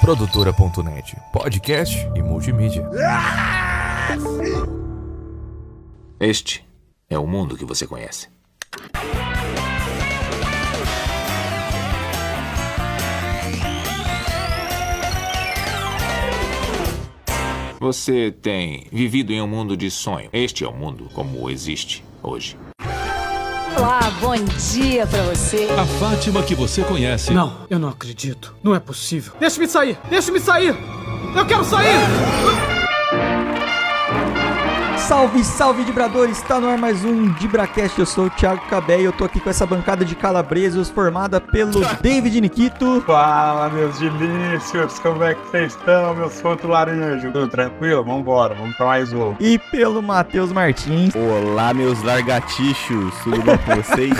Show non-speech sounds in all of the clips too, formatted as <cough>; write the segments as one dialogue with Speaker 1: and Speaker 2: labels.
Speaker 1: Produtora.net, podcast e multimídia.
Speaker 2: Este é o mundo que você conhece. Você tem vivido em um mundo de sonho. Este é o mundo como existe hoje.
Speaker 3: Olá, bom dia pra você.
Speaker 4: A Fátima que você conhece.
Speaker 5: Não, eu não acredito. Não é possível. Deixe-me sair! Deixe-me sair! Eu quero sair!
Speaker 6: Salve, salve, Dibrador! Está no ar mais um DibraCast. Eu sou o Thiago Cabé e eu tô aqui com essa bancada de calabresos formada
Speaker 7: <laughs>
Speaker 6: pelo David Nikito,
Speaker 7: Fala, meus delícios, como é que vocês estão, meus frutos laranjo? Tudo tranquilo? Vambora, vamos pra mais um.
Speaker 6: e pelo Matheus Martins.
Speaker 8: Olá, meus largatichos, tudo bom com <laughs> vocês?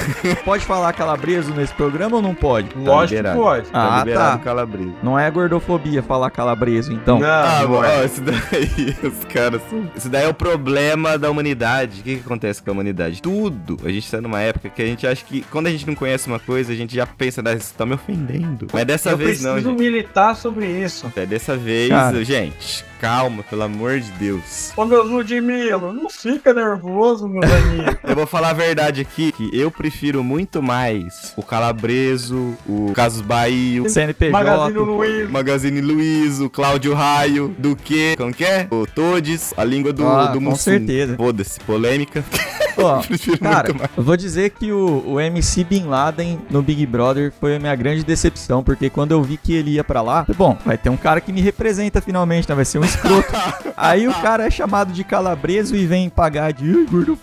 Speaker 6: Pode falar calabreso nesse programa ou não pode?
Speaker 7: Lógico que
Speaker 8: liberado.
Speaker 7: pode.
Speaker 6: Ah,
Speaker 8: tá liberado
Speaker 6: tá.
Speaker 8: calabreso.
Speaker 6: Não é gordofobia falar calabreso, então.
Speaker 8: Ah,
Speaker 7: Não,
Speaker 8: bom,
Speaker 7: não
Speaker 8: ó,
Speaker 7: é.
Speaker 8: isso daí, <laughs> os caras. são- Isso daí é o problema da humanidade. O que, que acontece com a humanidade? Tudo. A gente tá numa época que a gente acha que quando a gente não conhece uma coisa, a gente já pensa, "Ah, isso tá me ofendendo. Mas dessa
Speaker 7: Eu
Speaker 8: vez não,
Speaker 7: preciso
Speaker 8: gente.
Speaker 7: militar sobre isso.
Speaker 8: É, dessa vez,
Speaker 6: Cara.
Speaker 8: gente, calma, pelo amor de Deus.
Speaker 7: Ô, meu Ludmilo, não fica nervoso, meu
Speaker 8: <laughs>
Speaker 7: amigo.
Speaker 8: Eu vou falar a verdade aqui, que eu prefiro muito mais o Calabreso, o Casos Bahia,
Speaker 7: Magazine
Speaker 6: CNPJ.
Speaker 7: Luiz.
Speaker 8: Magazine Luiz, o Cláudio Raio, do que? Como que é? O Todes, a língua do,
Speaker 6: Ah,
Speaker 8: do
Speaker 6: com
Speaker 8: Mussum.
Speaker 6: certeza.
Speaker 8: Foda-se, polêmica. <laughs>
Speaker 6: Ó,
Speaker 8: Prefiro
Speaker 6: cara,
Speaker 8: muito mais.
Speaker 6: eu vou dizer que o, o MC Bin Laden no Big Brother foi a minha grande decepção, porque quando eu vi que ele ia pra lá, falei, bom, vai ter um cara que me representa finalmente, né? Vai ser um escroto.
Speaker 8: <laughs>
Speaker 6: Aí o cara é chamado de calabreso e vem pagar de "Ai,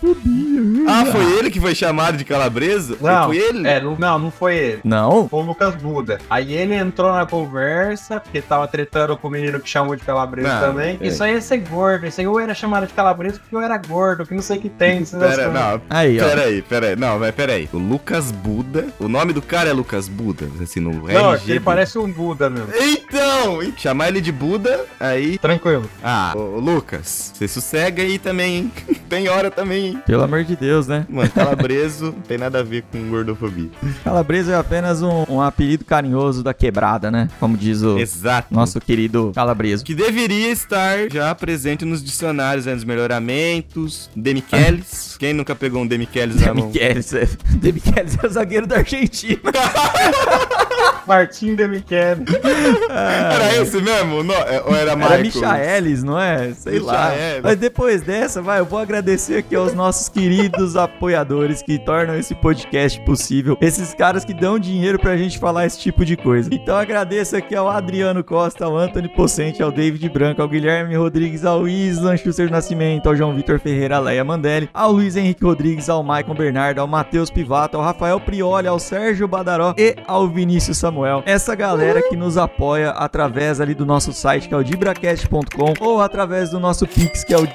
Speaker 6: gordofobia. ai".
Speaker 8: Ah, foi ele que foi chamado de calabreso?
Speaker 7: Não,
Speaker 8: Foi ele?
Speaker 7: É, não, não, não foi ele.
Speaker 6: Não,
Speaker 7: Foi o Lucas Buda. Aí ele entrou na conversa, porque tava tretando com o menino que chamou de calabreso
Speaker 8: Não,
Speaker 7: também.
Speaker 8: é.
Speaker 7: Isso aí é ser gordo. Isso aí eu era chamado de calabreso porque eu era gordo, que não sei o que tem. essas
Speaker 8: Pera,
Speaker 7: coisas.
Speaker 8: não,
Speaker 6: Aí, ó.
Speaker 8: pera aí, pera aí. Não, mas pera aí. O Lucas Buda. O nome do cara é Lucas Buda, assim, no
Speaker 7: Não, é que
Speaker 8: RG.
Speaker 7: ele parece um Buda mesmo.
Speaker 8: Então, hein? chamar ele de Buda, aí.
Speaker 7: Tranquilo.
Speaker 8: Ah, ô, ô, Lucas, você sossega aí também, hein? <laughs> Tem hora também, hein?
Speaker 6: Pelo amor de Deus, né?
Speaker 8: Mano, calabreso <laughs> não tem nada a ver com gordofobia.
Speaker 6: Calabreso é apenas um, um apelido carinhoso da quebrada, né? Como diz o
Speaker 8: Exato.
Speaker 6: nosso querido Calabreso.
Speaker 8: Que deveria estar já presente nos dicionários, né? Nos melhoramentos, Demichelis. Quem nunca pegou um Demichelis na mão?
Speaker 6: Demichelis é, Demichelis é o zagueiro da Argentina.
Speaker 7: Martim de Michele.
Speaker 8: Ah, Era esse mesmo? Não, é- ou era
Speaker 6: Era
Speaker 8: Michael?
Speaker 6: Michaelis, não é? Sei lá.
Speaker 8: Michaelis.
Speaker 6: Mas depois dessa, vai, eu vou agradecer aqui aos nossos queridos <laughs> apoiadores que tornam esse podcast possível. Esses caras que dão dinheiro pra gente falar esse tipo de coisa. Então agradeço aqui ao Adriano Costa, ao Anthony Pocente, ao David Branco, ao Guilherme Rodrigues, ao Islan Schuster Nascimento, ao João Vitor Ferreira, à Leia Mandelli, ao Luiz Henrique Rodrigues, ao Maicon Bernardo, ao Matheus Pivato, ao Rafael Prioli, ao Sérgio Badaró e ao Vinícius Samuel. Essa galera que nos apoia através ali do nosso site, que é o dibracast.com, ou através do nosso Pix, que é o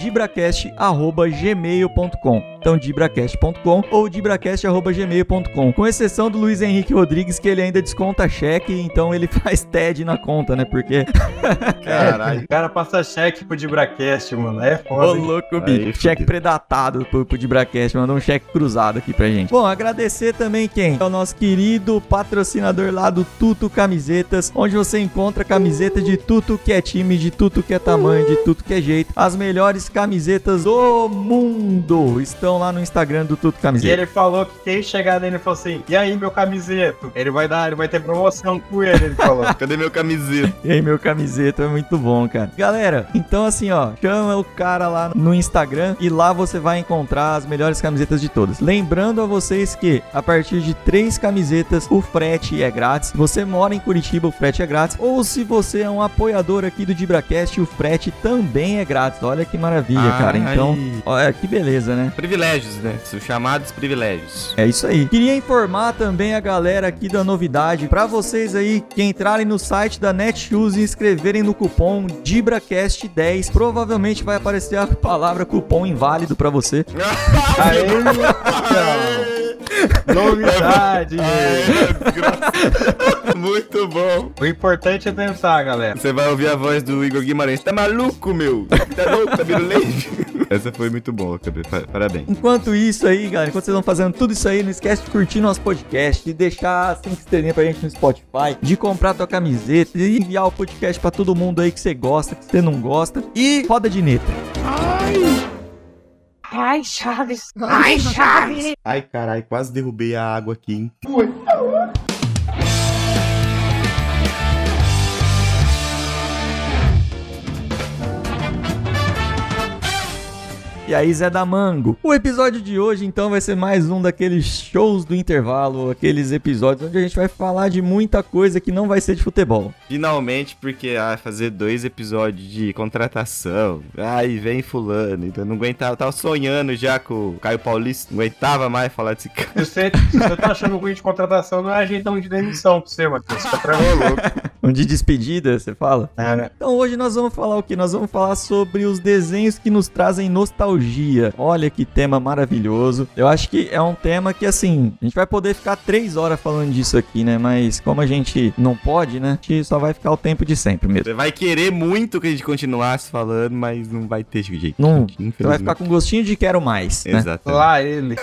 Speaker 6: dibracast.gmail.com. Então, dibracast.com ou dibracast.gmail.com. Com exceção do Luiz Henrique Rodrigues, que ele ainda desconta cheque, então ele <laughs> faz TED na conta, né? Porque.
Speaker 8: Caralho.
Speaker 7: O cara passa cheque pro Dibracast, mano. É
Speaker 6: Ô,
Speaker 7: foda. hein?
Speaker 6: louco, bicho.
Speaker 8: Aí,
Speaker 6: cheque
Speaker 8: fudeu.
Speaker 6: predatado pro, pro Dibracast. Mandou um cheque cruzado aqui pra gente. Bom, agradecer também quem? É o nosso querido patrocinador lá do Tuto Camisetas, onde você encontra camiseta de tudo que é time, de tudo que é tamanho, de tudo que é jeito. As melhores camisetas do mundo estão lá no Instagram do Tuto
Speaker 7: E
Speaker 6: Camisetas.
Speaker 7: ele falou que quem chegar nele e falou assim: E aí, meu camiseto? Ele vai dar, ele vai ter promoção com ele, ele falou.
Speaker 8: Cadê meu camiseta?
Speaker 6: Ei, meu camiseta é muito bom, cara. Galera, então assim, ó, chama o cara lá no Instagram e lá você vai encontrar as melhores camisetas de todas. Lembrando a vocês que a partir de três camisetas o frete é grátis. Você mora em Curitiba, o frete é grátis. Ou se você é um apoiador aqui do DibraCast, o frete também é grátis. Olha que maravilha, cara. Então,
Speaker 8: Ai.
Speaker 6: olha que beleza, né?
Speaker 8: Privilégios, né? São chamados privilégios.
Speaker 6: É isso aí. Queria informar também a galera aqui da novidade Pra vocês aí que entrarem no site da Netshoes e inscreverem no cupom DibraCast10, provavelmente vai aparecer a palavra cupom inválido pra você.
Speaker 7: Aí,
Speaker 8: Ah.
Speaker 7: novidade.
Speaker 8: Ai, graça. Ah, é, <laughs> Muito bom.
Speaker 7: o importante é pensar, galera.
Speaker 8: Você vai ouvir a voz do Igor Guimarães. Tá maluco, meu? Tá louco, tá virulento? <laughs> Essa foi muito boa, Cadu. Pa- Parabéns.
Speaker 6: Enquanto isso aí, galera, enquanto vocês vão fazendo tudo isso aí, não esquece de curtir nosso podcast, de deixar cinco estrelinhas pra gente no Spotify, de comprar tua camiseta, de enviar o podcast pra todo mundo aí que você gosta, que você não gosta. E roda de neta.
Speaker 9: Ai, Chaves.
Speaker 8: Ai, carai, quase derrubei a água aqui, hein?
Speaker 6: E aí, Zé da Mango. O episódio de hoje, então, vai ser mais um daqueles shows do intervalo, aqueles episódios onde a gente vai falar de muita coisa que não vai ser de futebol.
Speaker 8: Finalmente, porque ah, fazer dois episódios de contratação. Ai, vem fulano. Então não aguentava. Tava sonhando já com o Caio Paulista. Não aguentava mais falar desse cara.
Speaker 7: Se você, se você tá achando ruim de contratação, não é ajeita um de demissão pra você, Matheus. Tá tranquilo.
Speaker 6: Um de despedida, você fala?
Speaker 7: É, né?
Speaker 6: Então hoje nós vamos falar o que? Nós vamos falar sobre os desenhos que nos trazem nostalgia. Olha que tema maravilhoso. Eu acho que é um tema que, assim, a gente vai poder ficar três horas falando disso aqui, né? Mas como a gente não pode, né? A gente só vai ficar o tempo de sempre mesmo.
Speaker 8: Você vai querer muito que a gente continuasse falando, mas não vai ter jeito.
Speaker 6: Não,
Speaker 8: Infelizmente.
Speaker 6: Você vai ficar com gostinho de quero mais, né?
Speaker 8: Exatamente.
Speaker 7: Lá ele.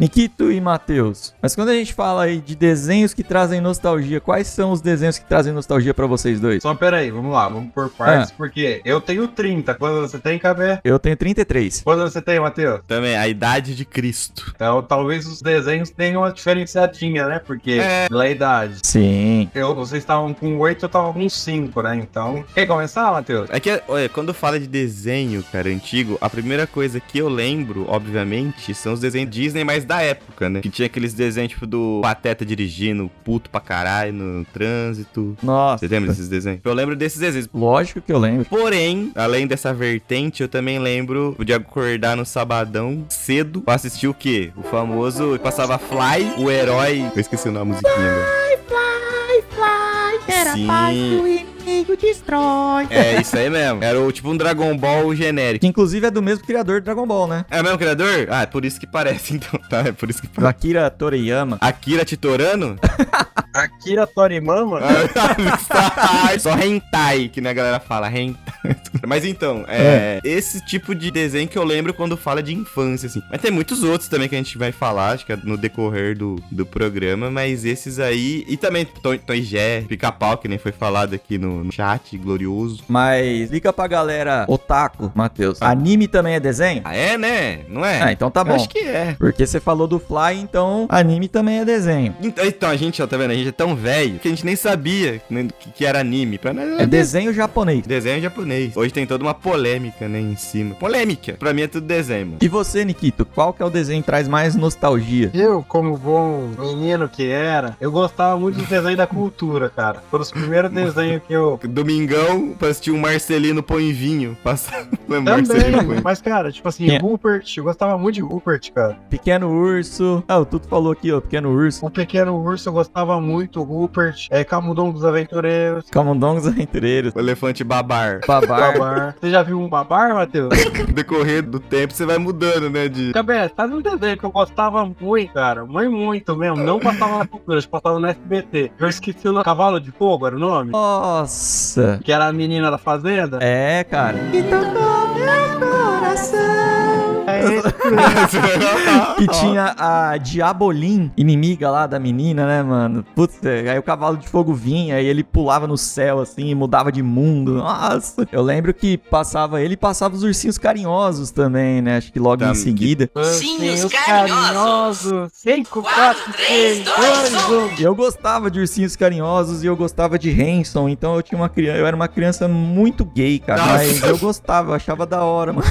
Speaker 6: Nikito e Matheus. Mas quando a gente fala aí de desenhos que trazem nostalgia, quais são os desenhos que trazem nostalgia pra vocês dois?
Speaker 7: Só peraí, vamos lá, vamos por partes, porque eu tenho 30. Quantos anos você tem, Cabé?
Speaker 6: Eu tenho 33.
Speaker 7: Quantos anos você tem, Matheus?
Speaker 8: Também, a idade de Cristo.
Speaker 7: Então talvez os desenhos tenham uma diferenciadinha, né? Porque pela idade.
Speaker 6: Sim.
Speaker 7: Eu, vocês estavam com 8, eu tava com 5, né? Então. Quer começar, Matheus?
Speaker 8: É que, olha, quando fala de desenho, cara, antigo, a primeira coisa que eu lembro, obviamente, são os desenhos Disney, mas da época, né? Que tinha aqueles desenhos, tipo, do Pateta dirigindo, puto pra caralho, no trânsito.
Speaker 6: Nossa.
Speaker 8: Você lembra desses desenhos? Eu lembro desses desenhos.
Speaker 6: Lógico que eu lembro.
Speaker 8: Porém, além dessa vertente, eu também lembro de acordar no sabadão cedo pra assistir o quê? O famoso passava Fly, o herói. Eu esqueci o nome da musiquinha agora.
Speaker 9: Era
Speaker 8: Sim.
Speaker 9: paz do inimigo destrói.
Speaker 8: É isso aí mesmo. Era o, tipo um Dragon Ball genérico.
Speaker 6: Que inclusive é do mesmo criador de Dragon Ball, né?
Speaker 8: É o mesmo criador? Ah, é por isso que parece, <laughs> então. Tá, é por isso que
Speaker 6: Do
Speaker 8: parece.
Speaker 6: Akira Toriyama.
Speaker 8: Akira Titorano?
Speaker 7: Akira Torimama?
Speaker 8: Só hentai, que né, a galera fala, hentai. Mas então, é, esse tipo de desenho que eu lembro quando fala de infância, assim. Mas tem muitos outros também que a gente vai falar, acho que é no decorrer do, do programa, mas esses aí. E também Tom, Tom e Jerry, Pica-Pau, que nem foi falado aqui no, no chat, glorioso.
Speaker 6: Mas explica pra galera otaku, Matheus. Anime também é desenho?
Speaker 8: Ah, é, né? Não é?
Speaker 6: Ah, então tá
Speaker 8: Eu
Speaker 6: bom.
Speaker 8: Acho que é.
Speaker 6: Porque você falou do Fly, então anime também é desenho.
Speaker 8: Então, então, a gente, ó, tá vendo? A gente é tão velho que a gente nem sabia né, que, que era anime. Pra nós era
Speaker 6: É desenho japonês.
Speaker 8: Desenho japonês. Hoje tem toda uma polêmica, né, em cima. Polêmica. Pra mim é tudo desenho, mano.
Speaker 6: E você, Nikito, qual que é o desenho que traz mais nostalgia?
Speaker 7: Eu, como bom menino que era, eu gostava muito de desenho da cultura, cara. Foram os primeiros desenhos que
Speaker 8: <laughs>
Speaker 7: eu.
Speaker 8: Domingão pra assistir o Marcelino Põe Vinho. <laughs> Passando. Não é Marcelino
Speaker 7: Também,
Speaker 8: Põe
Speaker 7: mas cara, tipo assim,
Speaker 6: É.
Speaker 7: Rupert, eu gostava muito de Rupert, cara.
Speaker 6: Pequeno Urso. Ah, o Tuto falou aqui, ó, Pequeno Urso.
Speaker 7: O Pequeno Urso eu gostava muito, Rupert, é, Camundongo dos Aventureiros,
Speaker 6: Camundongos <laughs> Aventureiros.
Speaker 8: O Elefante Babar.
Speaker 6: Babar.
Speaker 7: Babar. Você já viu um Babar, Matheus?
Speaker 8: No decorrer do tempo você vai mudando, né, de... <laughs>
Speaker 7: Cabé, sabe um desenho que eu gostava muito, cara? Mas muito mesmo. Não passava na cultura, acho que passava no SBT. Eu esqueci o nome. Cavalo de Fogo era o nome?
Speaker 6: Nossa.
Speaker 7: Que era a menina da fazenda.
Speaker 6: É, cara.
Speaker 7: É <laughs>
Speaker 6: <laughs> Que tinha a Diabolim, inimiga lá da menina, né, mano? Putz, é, aí o cavalo de fogo vinha e ele pulava no céu, assim, e mudava de mundo. Nossa! Eu lembro que passava ele e passava os ursinhos carinhosos também, né? Acho que logo em
Speaker 8: Também.
Speaker 6: seguida.
Speaker 7: Ursinhos carinhosos. 5, 4, 3, 2, 1.
Speaker 6: Eu gostava de ursinhos carinhosos e eu gostava de Hanson, então eu tinha uma criança, eu era uma criança muito gay, cara,
Speaker 8: Nossa.
Speaker 6: mas eu gostava, eu achava da hora, mano.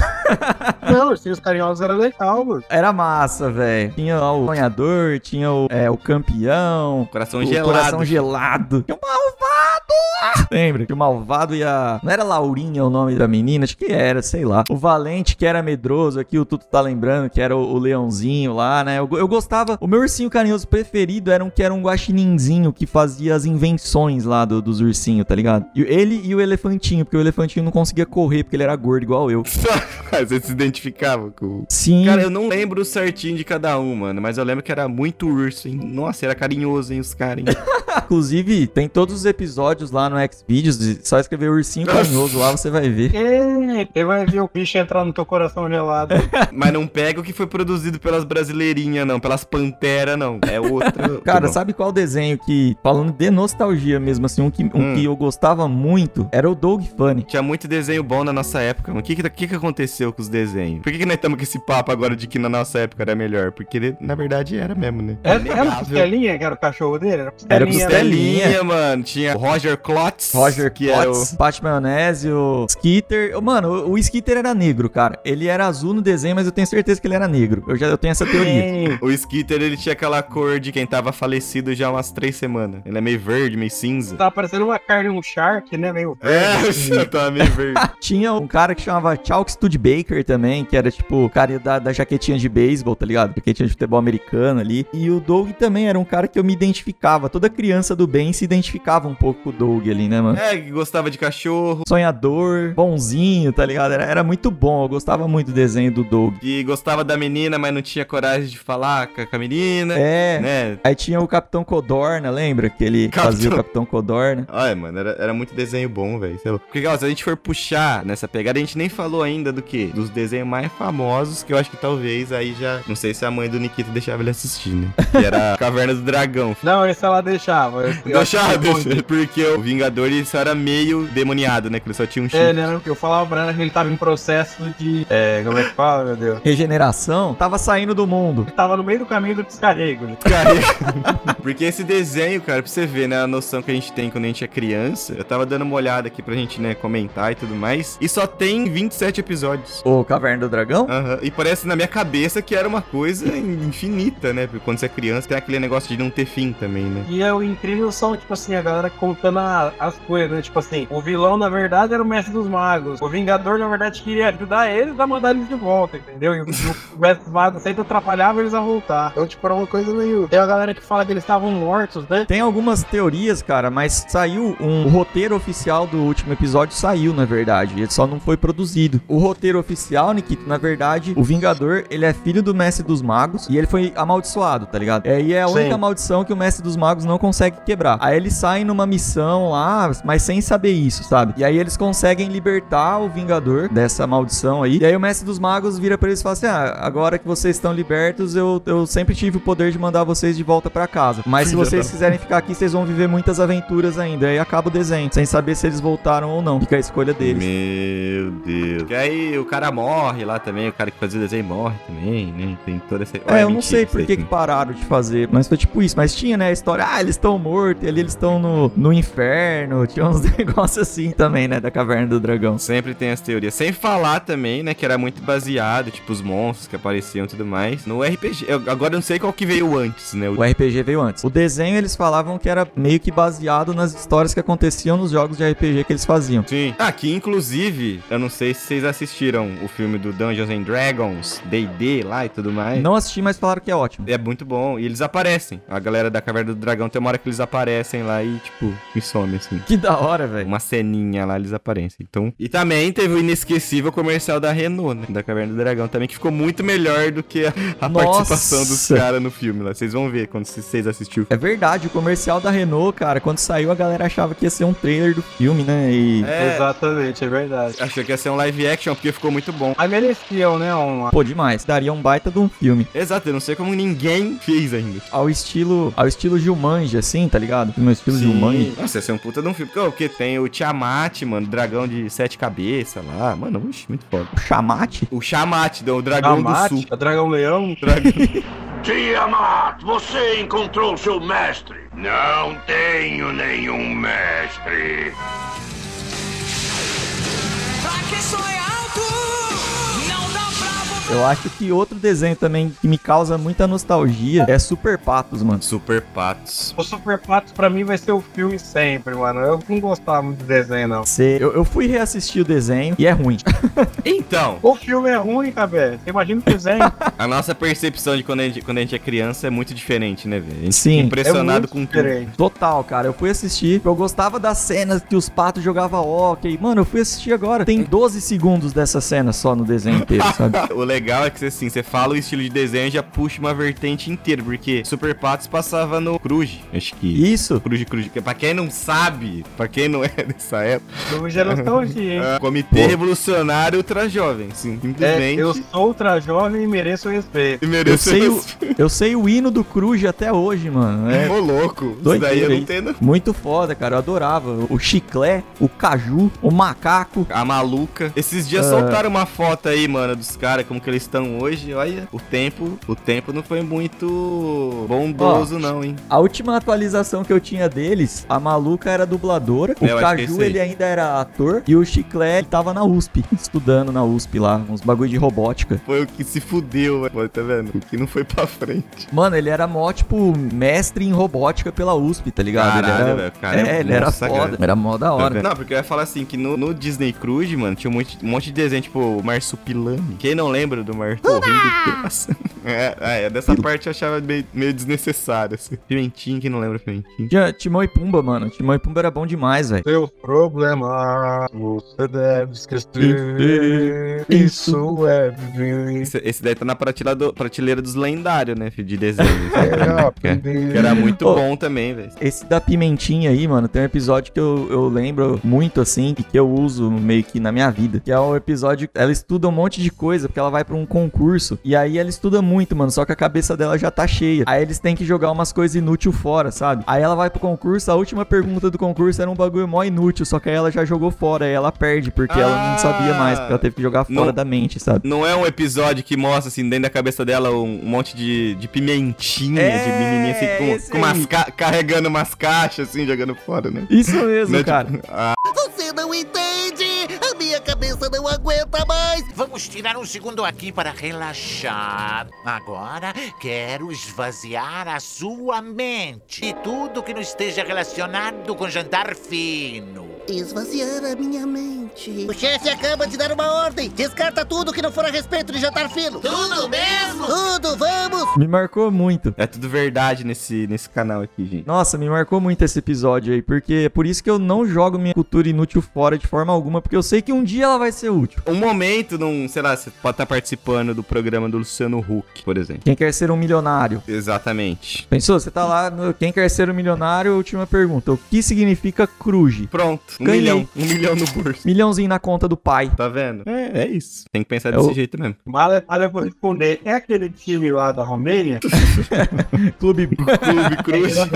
Speaker 7: um. Não, Ursinhos Carinhosos era legal, mano.
Speaker 6: Era massa, velho. Tinha lá o sonhador, tinha o, é, o campeão,
Speaker 8: Coração
Speaker 6: o
Speaker 8: gelado.
Speaker 6: coração
Speaker 8: <laughs>
Speaker 6: gelado. Que o malvado! Lembra que o malvado e a. Não era Laurinha o nome da menina? Acho que era, sei lá. O Valente, que era medroso, aqui o Tuto tá lembrando, que era o, o leãozinho lá, né? Eu, go- eu gostava. O meu ursinho carinhoso preferido era um que era um guaxininzinho que fazia as invenções lá do- dos ursinhos, tá ligado? E ele e o elefantinho, porque o elefantinho não conseguia correr, porque ele era gordo igual eu.
Speaker 8: você se identificava com...
Speaker 6: Sim.
Speaker 8: Cara, eu não lembro certinho de cada um, mano. Mas eu lembro que era muito urso, hein. Nossa, era carinhoso, hein, os caras, hein.
Speaker 6: Inclusive, tem todos os episódios lá no Xvideos. de- Só escrever ursinho carinhoso lá, você vai ver.
Speaker 7: Você vai ver o bicho entrar no teu coração gelado.
Speaker 8: Mas não pega o que foi produzido pelas brasileirinhas, não. Pelas panteras, não. É outra.
Speaker 6: Cara,
Speaker 8: Não.
Speaker 6: sabe qual desenho que, falando de nostalgia mesmo, assim, um que, um
Speaker 8: Hum.
Speaker 6: que eu gostava muito era o Dog Funny.
Speaker 8: Tinha muito desenho bom na nossa época, mano. O que que, que que aconteceu com os desenhos? Por que, que nós estamos com esse papo agora de que na nossa época era melhor? Porque ele, na verdade era mesmo, né?
Speaker 7: Era, era o Costelinha, que era o cachorro dele? Era o
Speaker 6: Era o
Speaker 7: Costelinha.
Speaker 6: Costelinha.
Speaker 7: né?
Speaker 8: Costelinha, mano. Tinha o Roger Klotz.
Speaker 6: Roger
Speaker 8: que era o.
Speaker 6: Potts, Pat Maionese, o Skitter. Mano, o, o Skitter era negro, cara. Ele era azul no desenho, mas eu tenho certeza que ele era negro. Eu já eu tenho essa teoria.
Speaker 7: Sim.
Speaker 8: O Skitter, ele tinha aquela cor de quem tava falecido já há umas três semanas. Ele é meio verde, meio cinza.
Speaker 7: Tá parecendo uma carne, um shark, né? Meio
Speaker 8: É, <laughs> já tava meio verde.
Speaker 6: Tinha um cara que chamava Chalk Studebaker também, que era tipo o cara da, da jaquetinha de beisebol, tá ligado? Jaquetinha de futebol americano ali. E o Doug também era um cara que eu me identificava. Toda criança do bem se identificava um pouco com o Doug ali, né, mano?
Speaker 8: é, que gostava de cachorro.
Speaker 6: Um Sonhador, bonzinho, tá ligado? Era, era muito bom, eu gostava muito do desenho do Doug.
Speaker 8: Que gostava da menina, mas não tinha coragem de falar com a- com a menina.
Speaker 6: É.
Speaker 8: Né?
Speaker 6: Aí tinha o Capitão Codorna, lembra? Que ele
Speaker 8: Capitão-
Speaker 6: fazia o Capitão Codorna.
Speaker 8: Olha, mano, era, era muito desenho bom, velho. sei lá. Porque, ó, se a gente for puxar nessa pegada, a gente nem falou ainda do quê? Dos desenhos mais famosos, que eu acho que talvez aí já... Não sei se a mãe do Nikita deixava ele assistir, né? Que
Speaker 7: <laughs>
Speaker 8: era Caverna do Dragão.
Speaker 7: Não, esse ela <laughs> deixava. Eu- eu-
Speaker 8: Deixava, deixava. Porque o Vingador, ele só era meio demoniado, né? Que ele só tinha um chip.
Speaker 7: É, né?
Speaker 8: <laughs>
Speaker 7: Eu falava pra ela que ele tava em processo de. É, como é que fala, meu Deus?
Speaker 6: Regeneração tava saindo do mundo.
Speaker 7: Ele tava no meio do caminho do descarrego. né?
Speaker 8: Cara, Porque esse desenho, cara, pra você ver, né, a noção que a gente tem quando a gente é criança, eu tava dando uma olhada aqui pra gente, né, comentar e tudo mais, e só tem 27 episódios.
Speaker 6: O Caverna do Dragão?
Speaker 8: Aham, E parece na minha cabeça que era uma coisa infinita, né? Porque quando você é criança tem aquele negócio de não ter fim também, né?
Speaker 7: E é o incrível são, tipo assim, a galera contando a- as coisas, né? Tipo assim, o vilão, na verdade, era o mestre dos magos. O Vingador, na verdade, queria ajudar eles a mandar eles de volta, entendeu? E o, o <laughs> mestre dos magos sempre atrapalhava eles a voltar. Então, tipo, era uma coisa meio. Tem a galera que fala que eles estavam mortos, né?
Speaker 6: Tem algumas teorias, cara, mas saiu um o roteiro oficial do último episódio saiu, na verdade. Ele só não foi produzido. O roteiro oficial, Nikito, na verdade, o Vingador, ele é filho do Mestre dos Magos e ele foi amaldiçoado, tá ligado? É, e é a
Speaker 7: Sim.
Speaker 6: única maldição que o Mestre dos Magos não consegue quebrar. Aí eles saem numa missão lá, Ah, mas sem saber isso, sabe? E aí eles conseguem libertar o Vingador dessa maldição aí. E aí o Mestre dos Magos vira pra eles e fala assim: "Ah, agora que vocês estão libertos, eu, eu sempre tive o poder de mandar vocês de volta pra casa. Mas se
Speaker 8: Filha da
Speaker 6: vocês quiserem ficar aqui, vocês vão viver muitas aventuras ainda. Aí acaba o desenho, sem saber se eles voltaram ou não. Fica a escolha deles.
Speaker 8: Meu Deus. E aí o cara morre lá também, o cara que fazia o desenho morre também, né? Tem toda essa.
Speaker 6: É, eu não sei por que que pararam de fazer, mas foi tipo isso. Mas tinha, né, a história, ah, eles estão mortos, e ali eles estão no, no inferno. Tinha uns <laughs> negócios assim também, né, da Caverna do Dragão.
Speaker 8: Sempre tem as teorias. Sem falar também, né, que era muito baseado, tipo, os monstros que apareciam e tudo mais. No RPG. Eu- agora eu não sei qual que veio antes, né?
Speaker 6: O RPG veio antes. O desenho eles falavam que era meio que baseado nas histórias que aconteciam nos jogos de RPG que eles faziam.
Speaker 8: Sim. Aqui, inclusive, eu não sei se vocês assistiram o filme do Dungeons and Dragons, D&D lá e tudo mais.
Speaker 6: Não assisti, mas falaram que é ótimo.
Speaker 8: É muito bom. E eles aparecem. A galera da Caverna do Dragão tem uma hora que eles aparecem lá e, tipo, me some, assim.
Speaker 6: Que da hora, velho.
Speaker 8: Uma ceninha lá, eles aparecem. Então. E também teve o inesquecível comercial da Renault, né? Da Caverna do Dragão também, que ficou muito melhor do que a, a
Speaker 6: Nossa!
Speaker 8: participação dos caras no filme lá. Vocês vão ver quando vocês assistirem.
Speaker 6: É verdade, o comercial da Renault, cara, quando saiu a galera achava que ia ser um trailer do filme, né? E.
Speaker 8: É,
Speaker 7: Exatamente, é verdade.
Speaker 8: achou que ia ser um live action, porque ficou muito bom.
Speaker 7: Aí mereciam, né? Um,
Speaker 6: Pô, demais. Daria um baita de um filme.
Speaker 8: Exato, eu não sei como ninguém fez ainda.
Speaker 6: Ao estilo. Ao estilo Gilmanji, assim, tá ligado? No estilo Gilmanji.
Speaker 8: Nossa, ia ser um puta de um filme. Porque, porque tem o Tiamat, mano, dragão de sete cabeças lá. Mano, oxe, muito foda.
Speaker 6: O chamate?
Speaker 8: O Chamat, o dragão do sul.
Speaker 7: Amate, Dragão Leão.
Speaker 10: Tiamat, você encontrou seu mestre. Não tenho nenhum mestre.
Speaker 6: Eu acho que outro desenho também que me causa muita nostalgia é Super Patos, mano.
Speaker 8: Super Patos.
Speaker 7: O Super Patos pra mim vai ser o filme sempre, mano. Eu não gostava muito do desenho, não.
Speaker 6: Cê- eu, eu fui reassistir o desenho e é ruim.
Speaker 8: Então,
Speaker 7: O filme é ruim, cabeça. Você Imagina o desenho.
Speaker 8: <laughs> a nossa percepção de quando a gente, quando a gente é criança é muito diferente, né, velho? A gente
Speaker 6: Sim.
Speaker 8: fica impressionado
Speaker 7: é muito
Speaker 8: com tudo.
Speaker 7: diferente.
Speaker 6: Total, cara. Eu fui assistir. Eu gostava das cenas que os patos
Speaker 8: <laughs>
Speaker 6: jogavam hóquei. Mano, eu fui assistir agora. Tem 12 segundos dessa cena só no desenho inteiro, sabe?
Speaker 8: <laughs> O legal é que, assim, você fala o estilo de desenho e já puxa uma vertente inteira, porque Super Patos passava no Cruz, acho que...
Speaker 6: Isso?
Speaker 8: Cruz, Cruz, que pra quem não sabe, pra quem não <laughs> é dessa época,
Speaker 7: Eu já nostalgia, hein?
Speaker 8: é Comitê Revolucionário Ultra Jovem, sim,
Speaker 7: É,
Speaker 8: simplesmente.
Speaker 7: eu sou ultra jovem e mereço respeito.
Speaker 8: E
Speaker 6: Eu
Speaker 8: mereceu
Speaker 6: sei, o, é.
Speaker 8: esse-
Speaker 6: eu sei o hino do Cruz até hoje, mano. É
Speaker 8: <laughs> Ô, louco, isso
Speaker 6: Doideira,
Speaker 8: daí eu não
Speaker 6: hein?
Speaker 8: entendo.
Speaker 6: muito foda, cara. Eu adorava. O chiclé, o caju, o macaco.
Speaker 8: A maluca. Esses
Speaker 6: É.
Speaker 8: dias soltaram uma foto aí, mano, dos caras, como que eles estão hoje. Olha, o tempo, o tempo não foi muito bondoso, não, hein?
Speaker 6: A última atualização que eu tinha deles, a maluca era dubladora, o
Speaker 8: Eu acho que é isso
Speaker 6: caju
Speaker 8: aí.
Speaker 6: ele ainda era ator e o chiclé ele tava na USP, estudando na USP lá, uns bagulho de robótica.
Speaker 8: Foi o que se fudeu, velho. Pô, Tá vendo? O que não foi pra frente.
Speaker 6: Mano, ele era mó, tipo, mestre em robótica pela USP, tá ligado? ele era...
Speaker 8: velho, cara, Tá
Speaker 6: é, ele
Speaker 8: bom
Speaker 6: era
Speaker 8: sagrado.
Speaker 6: foda. Era mó da hora.
Speaker 8: Não, porque eu ia falar assim, que no, no Disney Cruise, mano, tinha um monte, um monte de desenho, tipo, o Marsupilame. Quem não lembra do Marsupilame? <laughs> é, ah, é, dessa parte eu achava meio, meio desnecessário, assim. Pimentinho, quem não lembra Pimentinho?
Speaker 6: Tinha Timão e Pumba, mano. Timão e Pumba era bom demais, velho.
Speaker 7: Seu problema, você deve esquecer. Isso é viver.
Speaker 8: Esse, esse daí tá na prateleira, do- prateleira dos lendários, né, filho,
Speaker 6: <laughs>
Speaker 8: de desenho.
Speaker 7: Ah,
Speaker 8: <laughs> que
Speaker 7: aprender.
Speaker 8: era muito
Speaker 6: É, Ô.
Speaker 8: bom também, velho.
Speaker 6: Esse da pimentinha aí, mano, tem um episódio que eu, eu lembro muito, assim, e que eu uso meio que na minha vida. Que é um episódio. Ela estuda um monte de coisa, porque ela vai pra um concurso. E aí ela estuda muito, mano. Só que a cabeça dela já tá cheia. Aí eles têm que jogar umas coisas inúteis fora, sabe? Aí ela vai pro concurso, a última pergunta do concurso era um bagulho mó inútil. Só que aí ela já jogou fora. Aí ela perde, porque ela
Speaker 8: Ah!
Speaker 6: não sabia mais. Porque ela teve que jogar fora
Speaker 8: Não-
Speaker 6: da mente, sabe?
Speaker 8: Não é um episódio que mostra, assim, dentro da cabeça dela um, um monte de, de pimentinha,
Speaker 6: É,
Speaker 8: de menininha, assim,
Speaker 6: esse
Speaker 8: com, com umas
Speaker 6: aí.
Speaker 8: ca- carregando umas caixas, assim, jogando fora, né?
Speaker 6: Isso
Speaker 8: Não é
Speaker 6: mesmo,
Speaker 8: tipo-
Speaker 6: cara.
Speaker 8: Ah,
Speaker 11: Você não entende! A minha cabeça não aguenta mais! Vamos tirar um segundo aqui para relaxar. Agora quero esvaziar a sua mente e tudo que não esteja relacionado com jantar fino.
Speaker 9: Esvaziar a minha mente.
Speaker 11: O chefe acaba de dar uma ordem! Descarta tudo que não for a respeito de jantar fino! Tudo mesmo? Tudo, vamos!
Speaker 6: Me marcou muito.
Speaker 8: é tudo verdade nesse, nesse canal aqui, gente.
Speaker 6: Nossa, me marcou muito esse episódio aí, porque é por isso que eu não jogo minha cultura inútil fora de forma alguma, porque eu sei que um dia ela vai ser útil.
Speaker 8: Um momento, num, sei lá, você pode estar participando do programa do Luciano Huck, por exemplo.
Speaker 6: Quem quer ser um milionário?
Speaker 8: Exatamente.
Speaker 6: Pensou? Você tá lá no Quem Quer Ser um Milionário? Última pergunta. O que significa cruze?
Speaker 8: Pronto. Um
Speaker 6: Ganhei.
Speaker 8: milhão. Um milhão no bolso.
Speaker 6: Milhãozinho na conta do pai.
Speaker 8: Tá vendo? É, é isso. Tem que pensar
Speaker 6: É
Speaker 8: desse
Speaker 6: o-
Speaker 8: jeito mesmo.
Speaker 7: Mala, mala, eu vou responder. É aquele time lá da <laughs> Romênia?
Speaker 6: <laughs> Clube.
Speaker 8: <laughs> Clube Cruz, ó.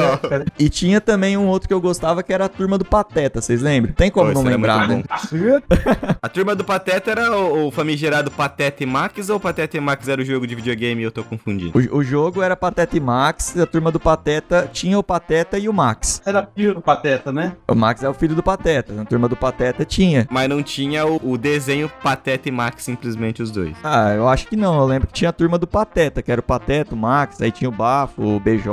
Speaker 6: e tinha também um outro que eu gostava que era a turma do Pateta, vocês lembram? Tem como
Speaker 8: Pô,
Speaker 6: não
Speaker 8: esse era
Speaker 6: lembrar,
Speaker 8: muito
Speaker 6: né?
Speaker 8: bom. A turma do Pateta era o, o famigerado Pateta e Max ou o Pateta e Max era o jogo de videogame e eu tô confundindo?
Speaker 6: O, o jogo era Pateta e Max, a turma do Pateta tinha o Pateta e o Max.
Speaker 7: Era filho do Pateta, né?
Speaker 6: O Max é o filho do Pateta, a turma do Pateta tinha.
Speaker 8: Mas não tinha o, o desenho Pateta e Max, simplesmente os dois.
Speaker 6: Ah, eu acho que não. Eu lembro que tinha a turma do Pateta, que era o Pateta, o Max, aí tinha o Bafo, o BJ.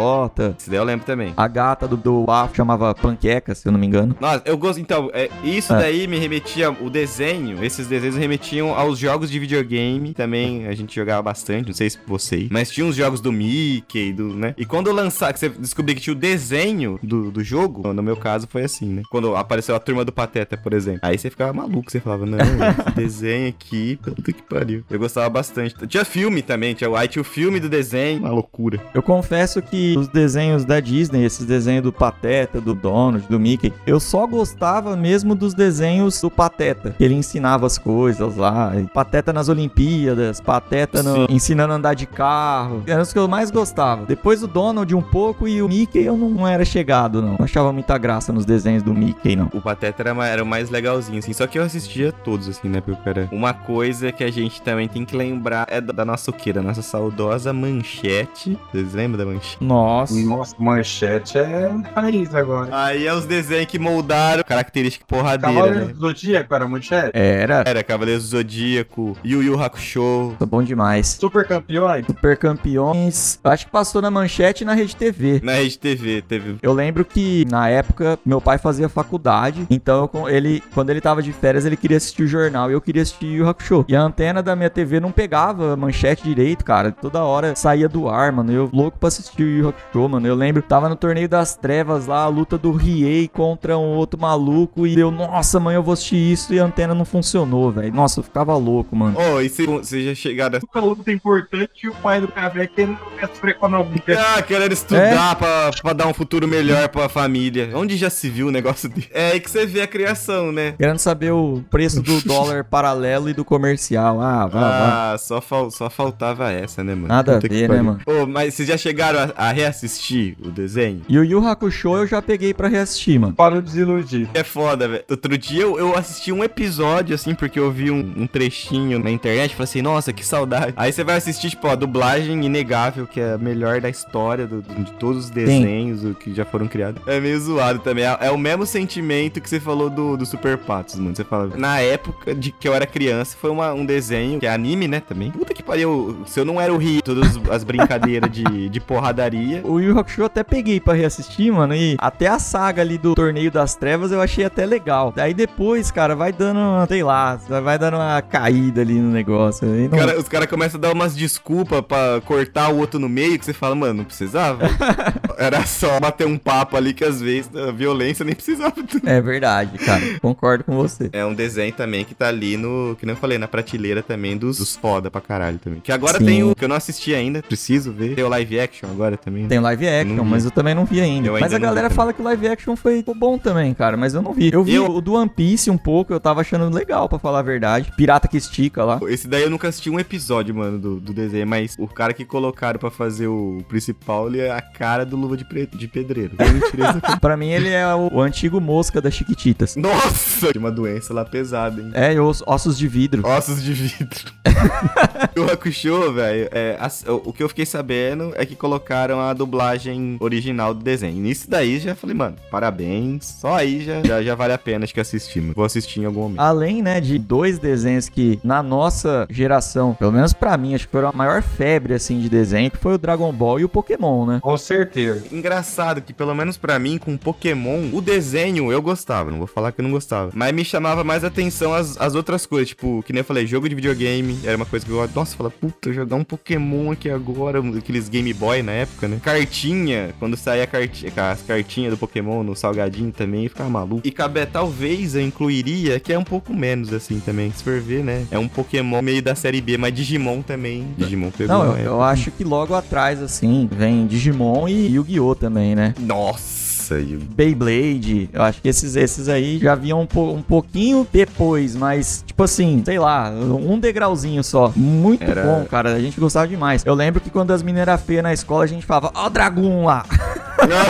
Speaker 8: Isso daí eu lembro também.
Speaker 6: A gata do, do Bafo chamava Panqueca, se eu não me engano.
Speaker 8: Nossa, eu gosto. Então, é, isso
Speaker 6: Ah.
Speaker 8: daí me remetia. O desenho, esses desenhos remetiam aos jogos de videogame. Também a gente jogava bastante, não sei se vocês. Mas tinha os jogos do Mickey, do, né? E quando eu lançar, que você descobri que tinha o desenho do, do jogo, no meu caso foi assim, né? Quando apareceu a turma do Pateta, por exemplo. Aí você ficava maluco, você falava, <laughs> não, esse desenho aqui, puta que pariu. Eu gostava bastante. Tinha filme também, tinha, o- aí tinha o filme do desenho. Uma loucura.
Speaker 6: Eu confesso que os desenhos da Disney, esses desenhos do Pateta, do Donald, do Mickey, eu só gostava mesmo dos desenhos do Pateta, que ele ensinava as coisas lá. e Pateta nas Olimpíadas, Pateta no-
Speaker 8: Sim.
Speaker 6: ensinando a andar de carro. Eram os que eu mais gostava. Depois o Donald um pouco e o Mickey eu não, não era chegado, não. Não achava muita graça nos desenhos do Mickey, não.
Speaker 8: O Pateta era, ma- era o mais legalzinho, assim. Só que eu assistia todos, assim, né, porque era Uma coisa que a gente também tem que lembrar é da, da nossa o quê? Da nossa saudosa manchete. Vocês lembram da manchete?
Speaker 6: Nossa.
Speaker 7: Nossa, manchete é raiz agora.
Speaker 8: Aí é os desenhos que moldaram característica porradeira,
Speaker 7: Cavaleiro
Speaker 8: né?
Speaker 7: do Zodíaco era manchete?
Speaker 6: Era.
Speaker 8: Era Cavaleiro do Zodíaco, Yu Yu Hakusho.
Speaker 6: Tá bom demais.
Speaker 7: Super campeões?
Speaker 6: Super campeões. Eu acho que passou na manchete e na rede TV.
Speaker 8: Na Rede TV, teve.
Speaker 6: Eu lembro que na época meu pai fazia faculdade Então eu com- ele, quando ele tava de férias, ele queria assistir o jornal e eu queria assistir Yu Yu Hakusho. E a antena da minha TV não pegava a manchete direito, cara. Toda hora saía do ar, mano. Eu louco pra assistir o Yu Yu Hakusho, mano. Eu lembro, tava no torneio das trevas lá, a luta do Riei contra um outro maluco e eu, nossa, mãe, eu vou assistir isso e a antena não funcionou, velho. Nossa, eu ficava louco, mano.
Speaker 8: Ô, e se você já chegaram.
Speaker 7: Uma luta importante e o pai do Cavé querendo mestre econômica.
Speaker 8: Ah, querendo estudar pra, pra dar um futuro melhor pra família. Onde já se viu um negócio desse? É aí que você vê a criação, né?
Speaker 6: Querendo saber o preço
Speaker 8: <laughs>
Speaker 6: do dólar paralelo e do comercial. Ah, vá, vá.
Speaker 8: Ah, só, fal- só faltava essa, né, mano?
Speaker 6: Nada a
Speaker 8: que
Speaker 6: ver, né,
Speaker 8: pariu.
Speaker 6: mano?
Speaker 8: Ô, mas vocês já chegaram a, a reassistir o desenho?
Speaker 6: E o Yu Hakusho eu já peguei pra reassistir, mano.
Speaker 7: Para de desiludir.
Speaker 8: É foda, velho. Outro dia eu, eu assisti um episódio, assim, porque eu vi um, um trechinho na internet. Falei assim, nossa, que saudade. Aí você vai assistir, tipo, a dublagem inegável, que é a melhor da história do- de todos os desenhos o que já foram criados. É meio zoado também. É, é o mesmo sentimento que você falou do, do Super Patos, mano. Você fala, na época de que eu era criança, foi uma- um desenho, que é anime, né, também. Puta que pariu. Se eu não era o Rio, todas as brincadeiras de, de porradaria.
Speaker 6: O Yu Hakusho eu até peguei pra reassistir, mano, e até a saga ali do Torneio das Trevas eu achei até legal. Daí depois, cara, vai dando, uma- sei lá, vai dando uma caída ali no negócio. aí não-
Speaker 8: Os cara- os caras começam a dar umas desculpas pra cortar o outro no meio, que você fala, mano, não
Speaker 6: <laughs>
Speaker 8: precisava. Era só bater um papo ali que às vezes a violência nem precisava.
Speaker 6: É verdade, cara, concordo com você.
Speaker 8: É um desenho também que tá ali no, que nem eu falei, na prateleira também dos, dos foda pra caralho também. Que agora
Speaker 6: Sim.
Speaker 8: tem o que eu não assisti ainda, preciso ver. Tem o live action agora também. né?
Speaker 6: Tem live action,
Speaker 8: Não vi.
Speaker 6: mas eu também não vi ainda.
Speaker 8: Eu
Speaker 6: mas
Speaker 8: ainda
Speaker 6: a
Speaker 8: não vi
Speaker 6: galera
Speaker 8: também.
Speaker 6: fala que o live action foi bom também, cara, mas eu não vi. Eu vi
Speaker 8: Eu-
Speaker 6: o do One Piece um pouco, eu tava achando legal, pra falar a verdade. Pirata que estica lá.
Speaker 8: Esse daí eu nunca assisti um episódio, mano, do, do desenho, mas o cara que colocaram pra fazer o principal, ele é a cara do Luva de, Pre-
Speaker 6: <laughs>
Speaker 8: de Pedreiro. Eu não tirei essa
Speaker 6: Pra mim ele é o, o antigo mosca das Chiquititas.
Speaker 8: Nossa! Tinha uma doença lá pesada, hein?
Speaker 6: É, e os ossos de vidro.
Speaker 8: Ossos de vidro. o Hakusho, velho, é, as- o o que eu fiquei sabendo é que colocaram a dublagem original do desenho. Nisso daí já falei, mano, parabéns. Só aí já, já, já vale a pena, acho que assistir, mano. Vou assistir em algum momento.
Speaker 6: Além, né, de dois desenhos que na nossa geração, pelo menos pra mim, acho que foram a maior febre assim de desenho, que foi o Dragon Ball e o Pokémon, né?
Speaker 7: Com certeza.
Speaker 8: Engraçado que, pelo menos pra mim, com Pokémon, o desenho eu gostava. Não vou falar que eu não gostava. Mas me chamava mais atenção as, as outras coisas. Tipo, que nem eu falei, jogo de videogame. Era uma coisa que eu. Nossa, fala, puta, jogar um Pokémon aqui agora. um- Aqueles Game Boy na época, né? Cartinha. Quando saía a carti- as cartinhas do Pokémon no salgadinho também, eu ficava maluco. E Cabé, talvez eu incluiria, que é um pouco menos assim também. Se for ver, né? É um Pokémon meio da série B, mas Digimon também. Digimon pegou
Speaker 6: Não,
Speaker 8: na
Speaker 6: eu,
Speaker 8: época.
Speaker 6: eu acho que logo atrás, assim, vem Digimon e Yu-Gi-Oh! também, né?
Speaker 8: Nossa, e
Speaker 6: <laughs> Beyblade, eu acho que esses, esses aí já vinham um, po- um pouquinho depois, mas, tipo assim, sei lá, um degrauzinho só. Muito
Speaker 8: Era-
Speaker 6: bom, cara, a gente gostava demais. Eu lembro que quando as meninas eram feias na escola, a gente falava, ó o Dragoon lá, <laughs>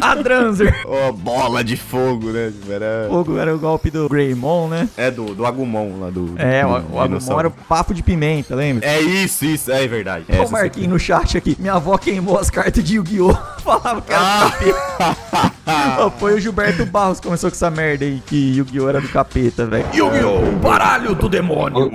Speaker 6: a Dranzer. <laughs>
Speaker 8: Ó, bola de fogo, né? Era...
Speaker 6: Fogo era o golpe do Greymon, né?
Speaker 8: É do, do Agumon lá do.
Speaker 6: É,
Speaker 8: do,
Speaker 6: o,
Speaker 8: do
Speaker 6: o Agumon era o
Speaker 8: dinossauro.
Speaker 6: papo de pimenta, lembra?
Speaker 8: É isso, isso, é verdade. É,
Speaker 6: Olha
Speaker 8: essa
Speaker 6: o Marquinhos no chat aqui. Minha avó queimou as cartas de Yu-Gi-Oh! <laughs> Falava que
Speaker 8: Ah!
Speaker 6: era do capeta. <laughs> Ô, Foi o Gilberto Barros que começou com essa merda aí que Yu-Gi-Oh! era do capeta, velho.
Speaker 1: Yu-Gi-Oh! Baralho do demônio!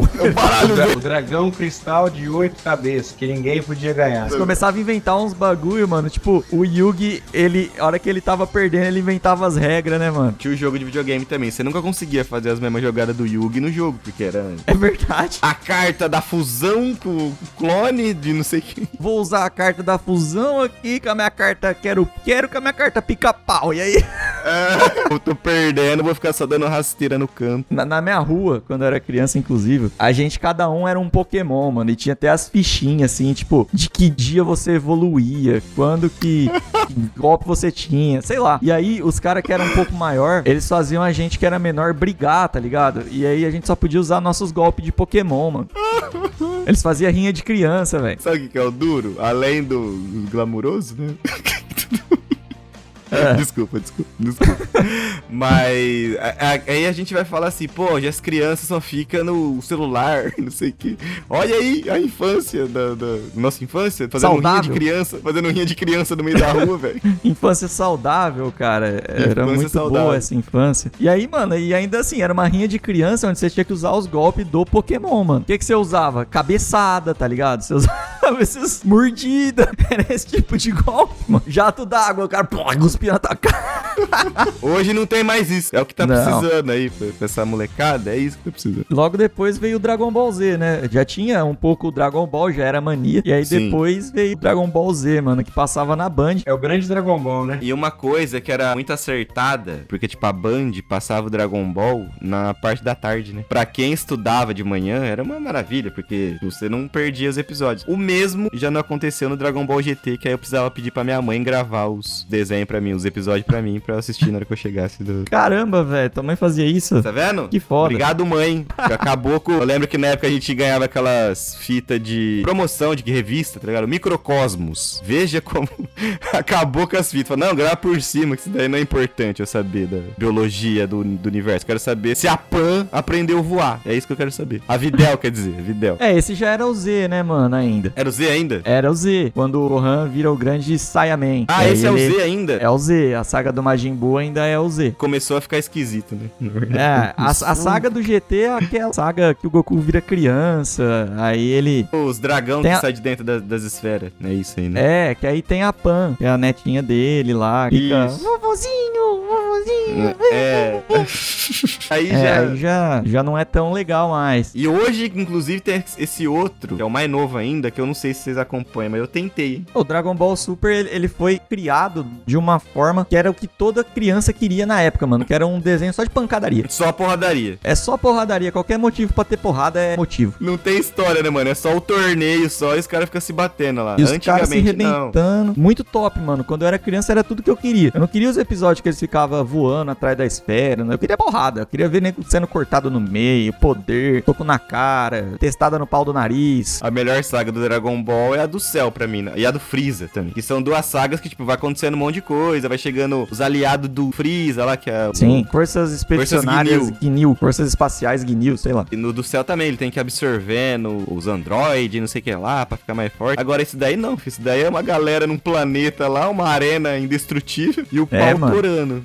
Speaker 7: O dragão cristal de oito cabeças, que ninguém podia ganhar.
Speaker 6: Eles começavam a inventar uns bagulho, mano. Tipo, o Yugi, ele, a hora que ele tava perdendo, ele inventava as regras, né, mano? <laughs>
Speaker 8: Tinha o jogo de videogame também. Você nunca conseguia fazer as mesmas jogadas do Yugi no jogo, porque era.
Speaker 6: É verdade.
Speaker 8: A carta da fusão com o clone de não sei o que.
Speaker 6: Vou usar a carta da fusão aqui com a minha carta quero, quero com a minha carta pica-pau. E aí?
Speaker 8: <laughs> Eu tô perdendo, vou ficar só dando rasteira no campo.
Speaker 6: Na, na minha rua, quando eu era criança, inclusive, a gente, cada um era um Pokémon, mano. E tinha até as fichinhas, assim, tipo, de que dia você evoluía, quando que, que golpe você tinha, sei lá. E aí, os caras que eram um pouco maior, eles faziam a gente que era menor brigar, tá ligado? E aí, a gente só podia usar nossos golpes de Pokémon, mano. Eles faziam rinha de criança, velho.
Speaker 8: Sabe o que que é o duro? Além do glamuroso, né?
Speaker 6: É.
Speaker 8: <laughs> Desculpa, desculpa, desculpa. Mas a- a- aí a gente vai falar assim, pô, hoje as crianças só ficam no celular, <laughs> não sei o que. Olha aí a infância da, da- nossa infância, fazendo rinha de
Speaker 6: Saudável.
Speaker 8: criança, fazendo rinha de criança no meio da rua,
Speaker 6: <laughs>
Speaker 8: velho.
Speaker 6: Infância saudável, cara. Era
Speaker 8: Infância
Speaker 6: muito
Speaker 8: saudável.
Speaker 6: boa essa infância. E aí, mano, e ainda assim, era uma rinha de criança onde você <laughs> tinha que usar os golpes do Pokémon, mano. O que, que você usava? Cabeçada, tá ligado? Você usava Caramba, esses mordida. <laughs> Era esse tipo de golpe, mano. Jato d'água, o cara pô, cuspia na tua <laughs> cara.
Speaker 8: Hoje não tem mais isso. É o que tá
Speaker 6: Não.
Speaker 8: precisando aí pra pra essa molecada. É isso que tá precisando.
Speaker 6: Logo depois veio o Dragon Ball Z, né? Já tinha um pouco o Dragon Ball, já era mania. E aí
Speaker 8: Sim.
Speaker 6: depois veio o Dragon Ball Z, mano, que passava na Band.
Speaker 7: É o grande Dragon Ball, né?
Speaker 8: E uma coisa que era muito acertada, porque, tipo, a Band passava o Dragon Ball na parte da tarde, né? Pra quem estudava de manhã, era uma maravilha, porque você não perdia os episódios. O mesmo já não aconteceu no Dragon Ball GT, que aí eu precisava pedir pra minha mãe gravar os desenhos pra mim, os episódios pra mim, pra eu assistir na hora que eu chegasse do...
Speaker 6: Caramba, velho, tua mãe fazia isso?
Speaker 8: Tá vendo?
Speaker 6: Que foda.
Speaker 8: Obrigado,
Speaker 6: <laughs>
Speaker 8: mãe. Que acabou com. Eu lembro que na época a gente ganhava aquelas fitas de promoção de revista, tá ligado? Microcosmos. Veja como <laughs> acabou com as fitas. Fala, não, grava por cima, que isso daí não é importante eu saber da biologia do, do universo. Quero saber se a Pan aprendeu a voar. É isso que eu quero saber. A Videl, quer dizer, a Videl.
Speaker 6: É, esse já era o Z, né, mano, ainda.
Speaker 8: Era o Z ainda?
Speaker 6: Era o Z, quando o Gohan vira o grande Saiyaman.
Speaker 8: Ah,
Speaker 6: E aí
Speaker 8: esse é o
Speaker 6: ele-
Speaker 8: Z ainda?
Speaker 6: É o Z, a saga do Majin Buu ainda é o Z.
Speaker 8: Começou a ficar
Speaker 6: <laughs>
Speaker 8: esquisito, né? Na verdade.
Speaker 6: É, a,
Speaker 8: <laughs>
Speaker 6: a saga do GT é aquela saga que o Goku vira criança, aí ele...
Speaker 8: Os dragão
Speaker 6: Tem
Speaker 8: que
Speaker 6: a-
Speaker 8: saem de dentro das, das esferas. É isso aí, né?
Speaker 6: É, que aí tem a Pan, que é a netinha dele lá, que fica...
Speaker 8: Isso.
Speaker 6: Vovozinho, vovozinho... <laughs>
Speaker 8: É. aí
Speaker 6: É,
Speaker 8: já.
Speaker 6: aí já, já não é tão legal mais.
Speaker 8: E hoje, inclusive, tem esse outro, que é o mais novo ainda, que eu não sei se vocês acompanham, mas eu tentei. hein?
Speaker 6: O Dragon Ball Super, ele, ele foi criado de uma forma que era o que toda criança queria na época, mano. Que era um desenho só de pancadaria.
Speaker 8: Só a porradaria.
Speaker 6: É só porradaria. Qualquer motivo pra ter porrada é motivo.
Speaker 8: Não tem história, né, mano? É só o torneio só e os caras ficam se batendo lá.
Speaker 6: E os caras se
Speaker 8: Antigamente, não.
Speaker 6: arrebentando. Muito top, mano. Quando eu era criança, era tudo que eu queria. Eu não queria os episódios que eles ficavam voando atrás da esfera. né? Eu queria porrada. Eu queria ver nego sendo cortado no meio, poder, toco na cara, testada no pau do nariz.
Speaker 8: A melhor saga do Dragon Ball é a do Cell pra mim, né? e a do Freeza também. Que são duas sagas que, tipo, vai acontecendo um monte de coisa, vai chegando os aliados do Freeza lá, que é o-
Speaker 6: Sim, forças expedicionárias
Speaker 8: Guinil.
Speaker 6: Guinil, forças espaciais Guinil, sei lá.
Speaker 8: E no do céu também, ele tem que ir absorvendo os androides, não sei o que lá, pra ficar mais forte. Agora, esse daí não, filho. Esse daí é uma galera num planeta lá, uma arena indestrutível e o pau
Speaker 6: É, mano. <laughs>
Speaker 8: torando.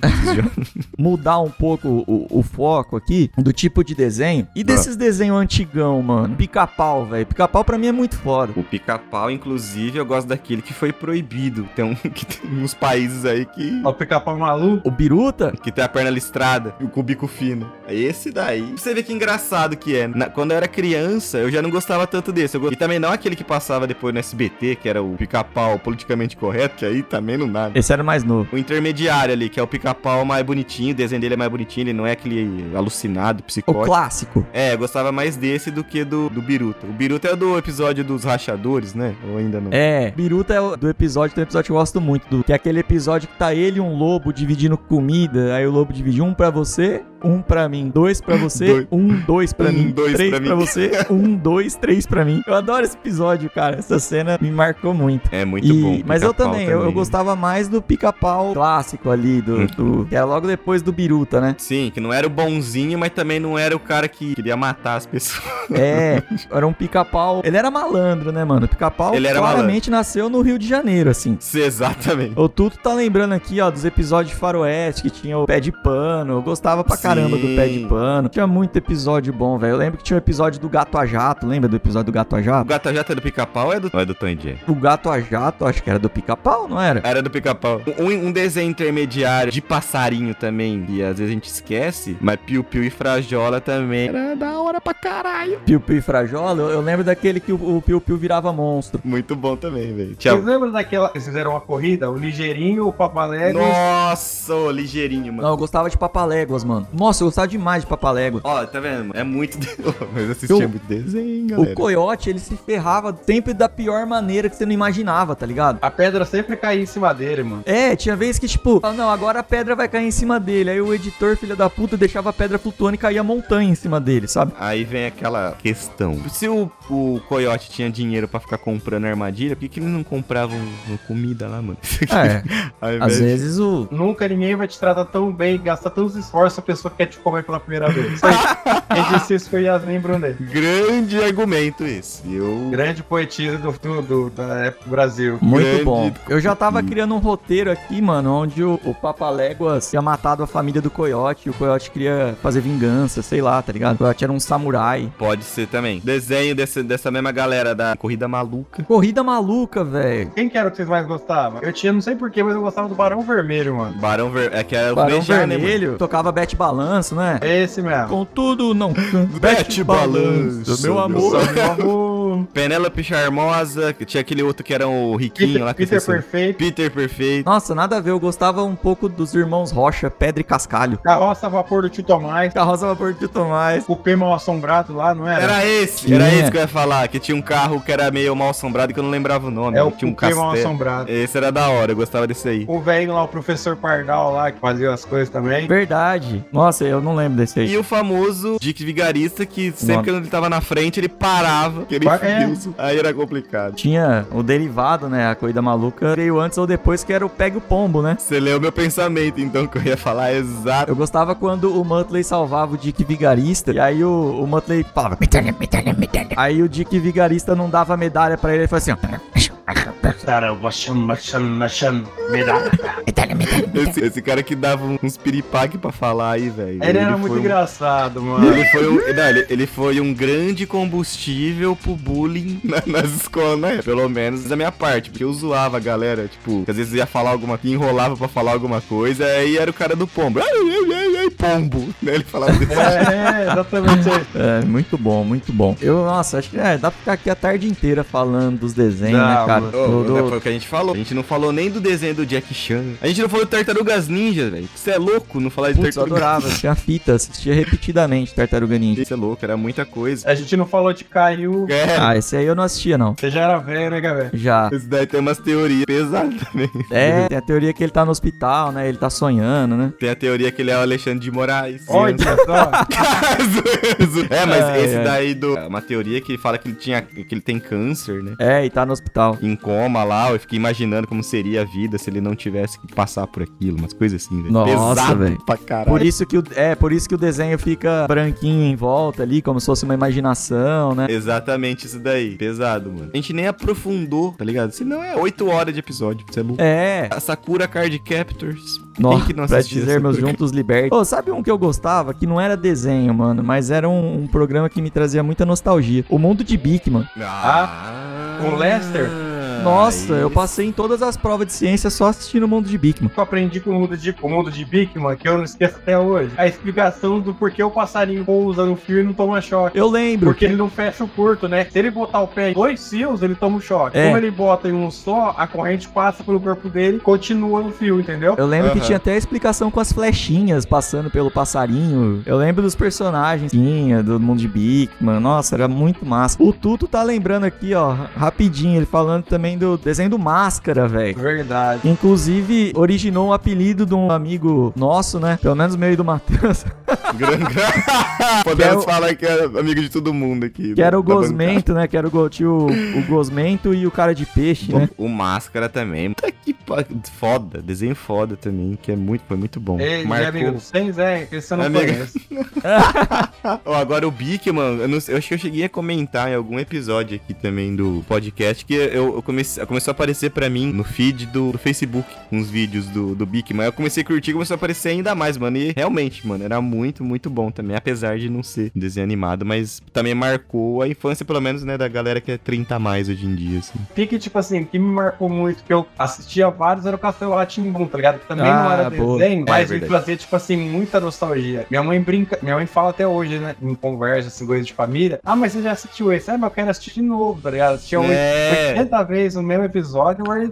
Speaker 6: mudar um pouco o, o foco aqui do tipo de desenho.
Speaker 8: Ah.
Speaker 6: E desses desenhos antigão, mano? Pica-pau, velho. Pica-pau pra mim é muito foda.
Speaker 8: o pica-pau, inclusive, eu gosto daquele que foi proibido. Tem, um, <laughs> que tem uns países aí que.
Speaker 7: Ó, o pica-pau maluco.
Speaker 6: O Biruta?
Speaker 8: Que tem a perna listrada e o cubico fino. Esse daí. Você vê que engraçado que é. Na- quando eu era criança, eu já não gostava tanto desse. Eu go- E também não aquele que passava depois no SBT, que era o pica-pau politicamente correto, que aí também não dá. né?
Speaker 6: Esse era o mais novo.
Speaker 8: o intermediário ali, que é o pica-pau mais bonitinho, o desenho dele é mais bonitinho, ele não é aquele alucinado,
Speaker 6: O
Speaker 8: psicótico.
Speaker 6: clássico.
Speaker 8: É, eu gostava mais desse do que do, do Biruta. O Biruta é do episódio dos rachadores, né? Ou ainda não.
Speaker 6: É, Biruta é o- do episódio, tem um episódio que eu gosto muito, do, que é aquele episódio que tá ele e um lobo dividindo comida, aí o lobo divide um pra você, um pra mim, dois pra você,
Speaker 8: Dois.
Speaker 6: um, dois pra
Speaker 8: Um,
Speaker 6: mim,
Speaker 8: dois
Speaker 6: três
Speaker 8: pra mim.
Speaker 6: você, um, dois, três pra mim. Eu adoro esse episódio, cara, essa cena me marcou muito.
Speaker 8: É muito
Speaker 6: E-
Speaker 8: bom.
Speaker 6: Mas eu
Speaker 8: Pica-Pau
Speaker 6: também, eu, eu gostava mais do pica-pau clássico ali, do,
Speaker 8: Uhum.
Speaker 6: do- que era logo depois do Biruta,
Speaker 8: <laughs>
Speaker 6: né?
Speaker 8: Sim, que não era o bonzinho, mas também não era o cara que queria matar as <laughs> pessoas.
Speaker 6: É, era um pica-pau. Ele era malandro, né, mano? O pica-pau
Speaker 8: Ele era
Speaker 6: claramente nasceu no Rio de Janeiro, assim.
Speaker 8: Sim, Exatamente.
Speaker 6: O Tuto tá lembrando aqui, ó, dos episódios de Faroeste, que tinha o pé de pano. Eu gostava pra caramba do pé de
Speaker 8: Sim.
Speaker 6: pano. Tinha muito episódio bom, velho. Eu lembro que tinha o episódio do Gato a Jato. Lembra do episódio do Gato a
Speaker 8: O
Speaker 6: Jato?
Speaker 8: gata jata do pica-pau é do. Ou é do Tom e Jerry?
Speaker 6: O Gato a Jato, acho que era do pica-pau, não era?
Speaker 8: Era do pica-pau. Um, um desenho intermediário de passarinho também, que às vezes a gente esquece, mas piu-piu e frajola também. Era É da hora pra caralho.
Speaker 6: Piu Piu e Frajola, eu, eu lembro daquele que o, o Piu Piu virava monstro.
Speaker 8: Muito bom também, velho.
Speaker 7: Vocês lembram daquela. Vocês fizeram uma corrida? O Ligeirinho, o Papaléguas.
Speaker 8: Nossa, ô, ligeirinho, mano.
Speaker 6: é Não, eu gostava de papaléguas, mano. Nossa, eu gostava demais de papaléguas.
Speaker 8: Ó, tá vendo? mano? É muito. de- <laughs> Mas eu assistia
Speaker 6: Eu-
Speaker 8: muito desenho,
Speaker 6: O
Speaker 8: galera.
Speaker 6: coiote, ele se ferrava sempre da pior maneira que você não imaginava, tá ligado?
Speaker 7: A pedra sempre caía em cima dele, mano.
Speaker 6: É, tinha vez que, tipo, ah, não, agora a pedra vai cair em cima dele. Aí o editor, filho da puta, deixava a pedra flutuando e caía montanha em cima dele, sabe?
Speaker 8: Aí vem aquela questão. Se o, o coiote tinha dinheiro pra ficar comprando armadilha, por que, que eles não compravam uma comida
Speaker 6: <laughs>
Speaker 8: lá, mano?
Speaker 6: É,
Speaker 8: Ao invés
Speaker 6: às
Speaker 8: de-
Speaker 6: vezes o.
Speaker 7: Nunca ninguém vai te tratar tão bem, gastar tantos esforços, a pessoa quer te comer pela primeira
Speaker 8: <laughs>
Speaker 7: vez. Ele disse isso que o Yasmin Brunet.
Speaker 8: Grande argumento esse. Eu.
Speaker 7: Grande poetisa do, do, do- da época do Brasil.
Speaker 6: Muito
Speaker 8: grande-
Speaker 6: bom. Eu já tava criando um roteiro aqui, mano, onde o, o Papaléguas tinha matado a família do Coyote. E o Coyote queria queria fazer vingança, sei lá, tá ligado? Eu acho que era um samurai.
Speaker 8: Pode ser também. Desenho desse- dessa mesma galera da Corrida Maluca.
Speaker 6: Corrida maluca, velho.
Speaker 7: Quem que era o que vocês mais gostavam? Eu tinha, não sei porquê, mas eu gostava do Barão Vermelho, mano.
Speaker 8: Barão Ver... É que era o
Speaker 6: Barão
Speaker 8: Frejá, né,
Speaker 6: Vermelho.
Speaker 8: mano?
Speaker 6: tocava Bete Balanço, né?
Speaker 7: É esse mesmo.
Speaker 6: Contudo, não.
Speaker 8: Bete Balanço,
Speaker 6: meu amor.
Speaker 8: Penélope Charmosa, que tinha aquele outro que era o riquinho
Speaker 7: Peter,
Speaker 8: lá. que eu
Speaker 7: Peter
Speaker 8: esqueci.
Speaker 7: Perfeito.
Speaker 8: Peter Perfeito.
Speaker 6: Nossa, nada a ver. Eu gostava um pouco dos irmãos Rocha, Pedra e Cascalho.
Speaker 7: Carroça a Tá, Vapor do Tio
Speaker 6: <laughs>
Speaker 7: Tomás.
Speaker 6: Carroça Vapor de Tomás.
Speaker 7: O P mal assombrado lá, não era?
Speaker 8: Era esse,
Speaker 6: Sim,
Speaker 8: era
Speaker 6: é.
Speaker 8: esse que eu ia falar, que tinha um carro que era meio mal assombrado que eu não lembrava o nome.
Speaker 7: é o
Speaker 8: tinha um
Speaker 7: P mal
Speaker 8: castelo.
Speaker 7: assombrado.
Speaker 8: Esse era da hora, eu gostava desse aí.
Speaker 7: O velho lá, o professor Pardal lá, que fazia as coisas também.
Speaker 6: Verdade. Nossa, eu não lembro desse aí.
Speaker 8: E o famoso Dick Vigarista, que sempre
Speaker 6: Mano.
Speaker 8: que ele tava na frente, ele parava. Que ele
Speaker 7: É.
Speaker 8: fudeu. Aí era complicado.
Speaker 6: Tinha o derivado, né? A corrida maluca veio antes ou depois, que era o Pega o Pombo, né?
Speaker 8: Você leu meu pensamento, então, que eu ia falar exato.
Speaker 6: Eu gostava quando o Muttley salvava o Dick Vigarista. E aí o, o Muttley falava: medalha, medalha, medalha. Aí o Dick Vigarista não dava medalha pra ele. Ele falou assim: ó, <laughs>
Speaker 8: Esse, esse cara que dava uns piripaque pra falar aí, velho.
Speaker 7: Ele era muito
Speaker 8: foi um- <laughs>
Speaker 7: engraçado, mano.
Speaker 8: Ele foi, um, não, ele, ele foi um grande combustível pro bullying <laughs> na- nas escolas, né? Pelo menos da minha parte, porque eu zoava a galera, tipo, que às vezes ia falar alguma coisa, enrolava pra falar alguma coisa, aí era o cara do pombo. Ai, ai, ai, ai, pombo. Né? Ele
Speaker 6: <laughs>
Speaker 8: falava desse
Speaker 7: É, é, exatamente isso.
Speaker 6: É, muito bom, muito bom. Eu, nossa, acho que é, dá pra ficar aqui a tarde inteira falando dos desenhos, né,
Speaker 7: Dá,
Speaker 6: cara?
Speaker 7: mano.
Speaker 8: Ô,
Speaker 6: Do- do-
Speaker 8: né, Foi o que a gente falou. A gente não falou nem do desenho do Jack Chan. A gente não falou de Tartarugas Ninja, velho. Você é louco não falar de
Speaker 6: Putz, eu
Speaker 8: Tartarugas
Speaker 6: adorava, tinha fita, assistia repetidamente Tartaruga
Speaker 8: <laughs>
Speaker 6: Ninja.
Speaker 8: Ninja. Você é louco, era muita coisa.
Speaker 7: A gente não falou de Caiu.
Speaker 8: É,
Speaker 6: Ah, esse aí eu não assistia, não.
Speaker 7: Você já era velho, né, Gabriel?
Speaker 6: Já.
Speaker 8: isso daí tem umas teorias pesadas também.
Speaker 6: Ah, É, tem a teoria que ele tá no hospital, né? Ele tá sonhando, né?
Speaker 8: Tem a teoria que ele é o Alexandre de Moraes.
Speaker 7: Olha só.
Speaker 8: é, mas
Speaker 6: Ai,
Speaker 8: esse
Speaker 6: ai.
Speaker 8: daí do. É uma teoria que fala que ele tinha. que ele tem câncer, né?
Speaker 6: É, e tá no hospital.
Speaker 8: Em coma lá, eu fiquei imaginando como seria a vida se ele não tivesse que passar por aquilo, umas coisas assim, velho.
Speaker 6: Nossa,
Speaker 8: Pesado
Speaker 6: velho.
Speaker 8: Pra caralho.
Speaker 6: Por isso que o, é, por isso que o desenho fica branquinho em volta ali, como se fosse uma imaginação, né?
Speaker 8: Exatamente isso daí. Pesado, mano. A gente nem aprofundou, tá ligado? Senão é 8 horas de episódio, você é louco.
Speaker 6: É,
Speaker 8: A Sakura Card Captors.
Speaker 6: nossa, pra
Speaker 8: assistia
Speaker 6: dizer meus
Speaker 8: Sakura?
Speaker 6: juntos libertos. Ô, sabe um que eu gostava? Que não era desenho, mano, mas era um, um programa que me trazia muita nostalgia. O Mundo de Bic, mano.
Speaker 8: Ah,
Speaker 7: com Lester?
Speaker 6: Nossa, eu
Speaker 8: esse-
Speaker 6: passei em todas as provas de ciência só assistindo o Mundo de Bic, mano.
Speaker 7: Eu aprendi com o mundo de, com o mundo de Bigman, que eu não esqueço até hoje. A explicação do porquê o passarinho pousa no fio e não toma choque.
Speaker 6: Eu lembro.
Speaker 7: Porque ele não fecha o curto, né? Se ele botar o pé em dois fios, ele toma um choque.
Speaker 6: É.
Speaker 7: Como ele bota em um só, a corrente passa pelo corpo dele e continua no fio, entendeu?
Speaker 6: Eu lembro que
Speaker 8: Aham.
Speaker 6: tinha até a explicação com as flechinhas passando pelo passarinho. Eu lembro dos personagens. Tinha, do mundo de Bic, mano. Nossa, era muito massa. O Tuto tá lembrando aqui, ó, rapidinho, ele falando também do desenho do Máscara, velho.
Speaker 7: Verdade.
Speaker 6: Inclusive, originou um apelido de um amigo nosso, né? Pelo menos meu e do Matheus. <laughs>
Speaker 8: Gran- <laughs> gran-
Speaker 6: Quero-
Speaker 8: Podemos falar que era amigo de todo mundo aqui. Tá
Speaker 6: Que era o
Speaker 8: da- da bancada.
Speaker 6: Gosmento, né? Que era o, go- tinha o, o Gosmento e o cara de peixe, né?
Speaker 8: O Máscara também. Puta que pa- foda. Desenho foda também, que é muito, foi muito bom.
Speaker 7: Ei, minha amiga,
Speaker 8: Marcou.
Speaker 7: sem Zé, esse eu não
Speaker 8: Amiga.
Speaker 7: conheço.
Speaker 8: <laughs> Ó, agora o Bic, mano, eu, não sei- eu acho que eu cheguei a comentar em algum episódio aqui também do podcast que eu, eu comecei, começou a aparecer pra mim no feed do, do Facebook uns vídeos do, do Bic, mas eu comecei a curtir e começou a aparecer ainda mais, mano. E realmente, mano, era muito, muito bom também, apesar de não ser um desenho animado, mas também marcou a infância, pelo menos, né, da galera que é 30 a mais hoje em dia, assim.
Speaker 7: Pique, tipo assim, o que me marcou muito, que eu assistia vários, era o Castelo Rá-Tim-Bum, tá ligado? Que também não
Speaker 6: Ah,
Speaker 7: era
Speaker 6: boa.
Speaker 7: desenho,
Speaker 8: É,
Speaker 7: mas me
Speaker 8: verdade.
Speaker 7: trazia, tipo assim, muita nostalgia. Minha mãe brinca, minha mãe fala até hoje, né, em conversa, assim, coisa de família. Ah, mas você já assistiu esse? Ah, mas eu quero assistir de novo, tá ligado? Assistia
Speaker 8: É.
Speaker 7: 80 vezes o mesmo episódio, mas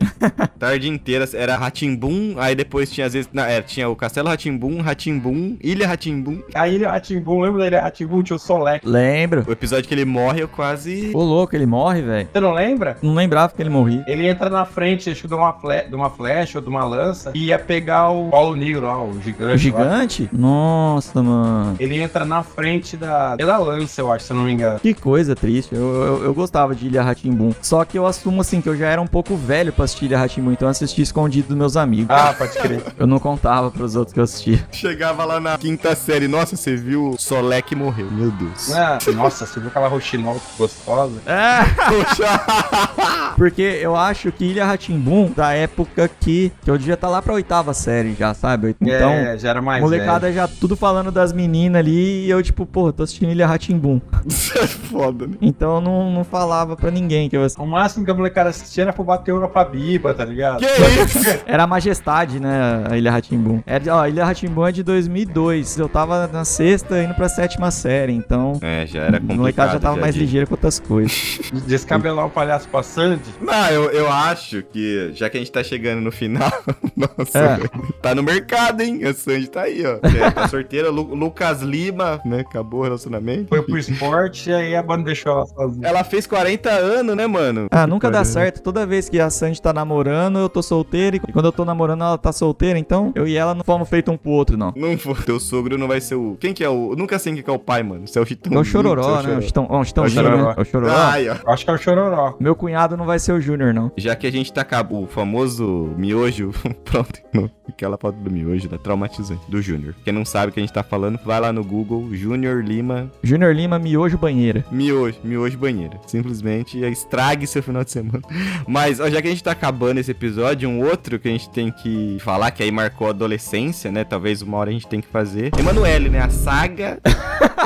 Speaker 8: Tarde inteira era Ratimbum, aí depois tinha às vezes. Não, era, tinha o Castelo Ratimbum, Ratimbum, Ilha Ratimbum.
Speaker 7: aí ele Rá-Tim-Bum, lembra dele Rá-Tim-Bum? Tinha o Solek.
Speaker 6: Lembro.
Speaker 8: O episódio que ele morre, eu quase.
Speaker 6: Ô, louco, ele morre, velho.
Speaker 7: Você não lembra?
Speaker 6: Não lembrava que ele morria.
Speaker 7: Ele entra na frente, acho que de uma, fle de uma flecha ou de uma lança, e ia pegar o Paulo Negro lá, o gigante.
Speaker 6: O
Speaker 7: lá.
Speaker 6: gigante? Nossa, mano.
Speaker 7: Ele entra na frente da, pela lança, eu acho, se eu não me engano.
Speaker 6: Que coisa triste. Eu, eu, eu gostava de Ilha Ratimbum. Só que eu assumo assim que eu já era um pouco velho pra assistir Ilha Ratimbum, então eu assisti escondido dos meus amigos. <laughs>
Speaker 7: Ah, pode crer.
Speaker 6: Eu não contava pros outros que eu assistia.
Speaker 8: Chegava lá na quinta série, nossa, você viu Solek morreu. Meu <laughs> Deus.
Speaker 7: Ah, nossa, você viu aquela roxinol gostosa?
Speaker 6: Ah, Porque eu acho que Ilha Ratimbum, da época que, que eu devia estar lá pra oitava série já, sabe? Então,
Speaker 7: é, já era mais
Speaker 6: molecada
Speaker 7: velho.
Speaker 6: já tudo falando das meninas ali e eu, tipo, porra, tô assistindo Ilha Ratimbum.
Speaker 8: Foda, né?
Speaker 6: Então eu não, não falava pra ninguém que eu assisti.
Speaker 7: O máximo que a molecada assistia era pra bater uma pra biba, tá ligado? <laughs>
Speaker 8: Que isso?
Speaker 6: Era a majestade, né? A Ilha Ratimbum. Ó, a Ilha Ratimbum é de 2002. Eu tava na sexta indo pra sétima série, então.
Speaker 8: É, já era
Speaker 6: o
Speaker 8: complicado.
Speaker 6: molecada já tava mais
Speaker 8: de-
Speaker 6: ligeiro com outras
Speaker 8: <laughs>
Speaker 6: coisas.
Speaker 7: Descabelar o palhaço pra Sandy.
Speaker 8: Não, eu, eu acho que, já que a gente tá chegando no final, <laughs> nossa, tá no mercado, hein? A Sandy tá aí, ó. É, tá sorteira, Lu- Lucas Lima, né? Acabou o relacionamento.
Speaker 7: Foi pro esporte e aí a banda deixou ela sozinha.
Speaker 8: Ela fez 40 anos, né, mano?
Speaker 6: Ah, nunca dá
Speaker 8: Caramba.
Speaker 6: certo. Toda vez que a Sandy tá namorando, eu tô solteiro. E quando eu tô namorando, ela tá solteira. Então, eu e ela não fomos feitos um pro outro, não.
Speaker 8: Não foi. Teu sogro não vai ser o. Quem que é o. Eu nunca sei quem que é o pai, mano. Se é o Chitão.
Speaker 6: É o Chororó, né? O Chitão, ó, o Chitãozinho,
Speaker 8: É o
Speaker 6: né?
Speaker 8: Chororó.
Speaker 6: É o Chororó.
Speaker 8: Ai, ó.
Speaker 7: Acho que é o Chororó.
Speaker 6: Meu cunhado não vai ser o Júnior, não.
Speaker 8: Já que a gente tá acabou o famoso miojo, <laughs> pronto, não, aquela foto do miojo, tá traumatizante, do Júnior. Quem não sabe o que a gente tá falando, vai lá no Google, Júnior Lima,
Speaker 6: Júnior Lima, miojo, banheira.
Speaker 8: miojo, miojo banheira. Simplesmente é, estrague seu final de semana. <laughs> Mas, ó, já que a gente tá acabando esse episódio, um outro que a gente tem que falar, que aí marcou a adolescência, né, talvez uma hora a gente tem que fazer. Emanuele, né, a saga,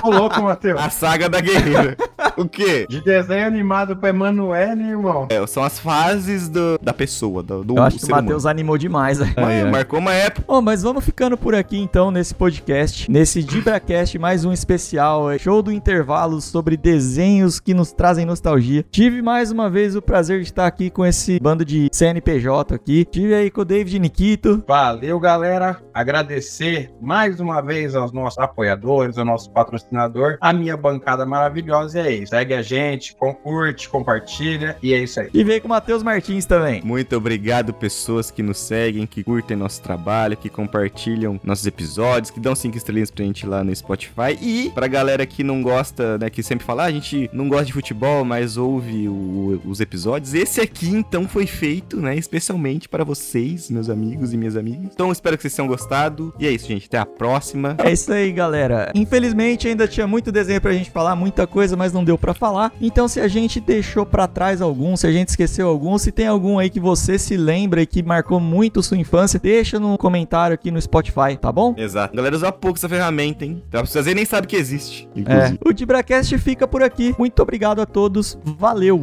Speaker 7: Ô louco, Matheus.
Speaker 8: a saga da guerreira. O quê?
Speaker 7: De desenho animado pra Emanuele, irmão.
Speaker 8: É, são as fases do- da pessoa, do, do
Speaker 6: Eu acho que o
Speaker 8: ser humano.
Speaker 6: Matheus animou demais. né? aí.
Speaker 8: Mas Marcou uma época.
Speaker 6: Bom, mas vamos ficando por aqui então nesse podcast, nesse DibraCast, mais um especial, é show do intervalo sobre desenhos que nos trazem nostalgia. Tive mais uma vez o prazer de estar aqui com esse bando de CNPJ aqui. Tive aí com o David Nikito.
Speaker 7: Valeu, galera. Agradecer mais uma vez aos nossos apoiadores, ao nosso patrocinador, a minha bancada maravilhosa. E é isso. Segue a gente, com- curte, compartilha. E é isso aí.
Speaker 6: E veio com o Matheus Martins também.
Speaker 8: Muito obrigado, pessoas que nos seguem, que curtem nosso trabalho, que compartilham nossos episódios, que dão cinco estrelinhas pra gente lá no Spotify. E pra galera que não gosta, né, que sempre fala, "Ah, a gente não gosta de futebol, mas ouve o- os episódios. Esse aqui, então, foi feito, né, especialmente para vocês, meus amigos e minhas amigas. Então, espero que vocês tenham gostado. E é isso, gente. Até a próxima.
Speaker 6: É isso aí, galera. Infelizmente ainda tinha muito desenho pra gente falar, muita coisa, mas não deu pra falar. Então, se a gente deixou pra trás algum, se a gente esqueceu algum, se tem algum aí que você se lembra e que marcou muito sua infância, deixa no comentário aqui no Spotify, tá bom?
Speaker 8: Exato. Galera, usa pouco essa ferramenta, hein? Então, as pessoas nem sabem que existe.
Speaker 6: É. O DibraCast fica por aqui. Muito obrigado a todos. Valeu.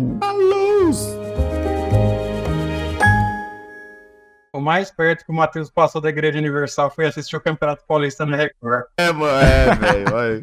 Speaker 7: O mais perto que o Matheus passou da Igreja Universal foi assistir o Campeonato Paulista no Record.
Speaker 8: É, <laughs> mano. É, velho. Olha.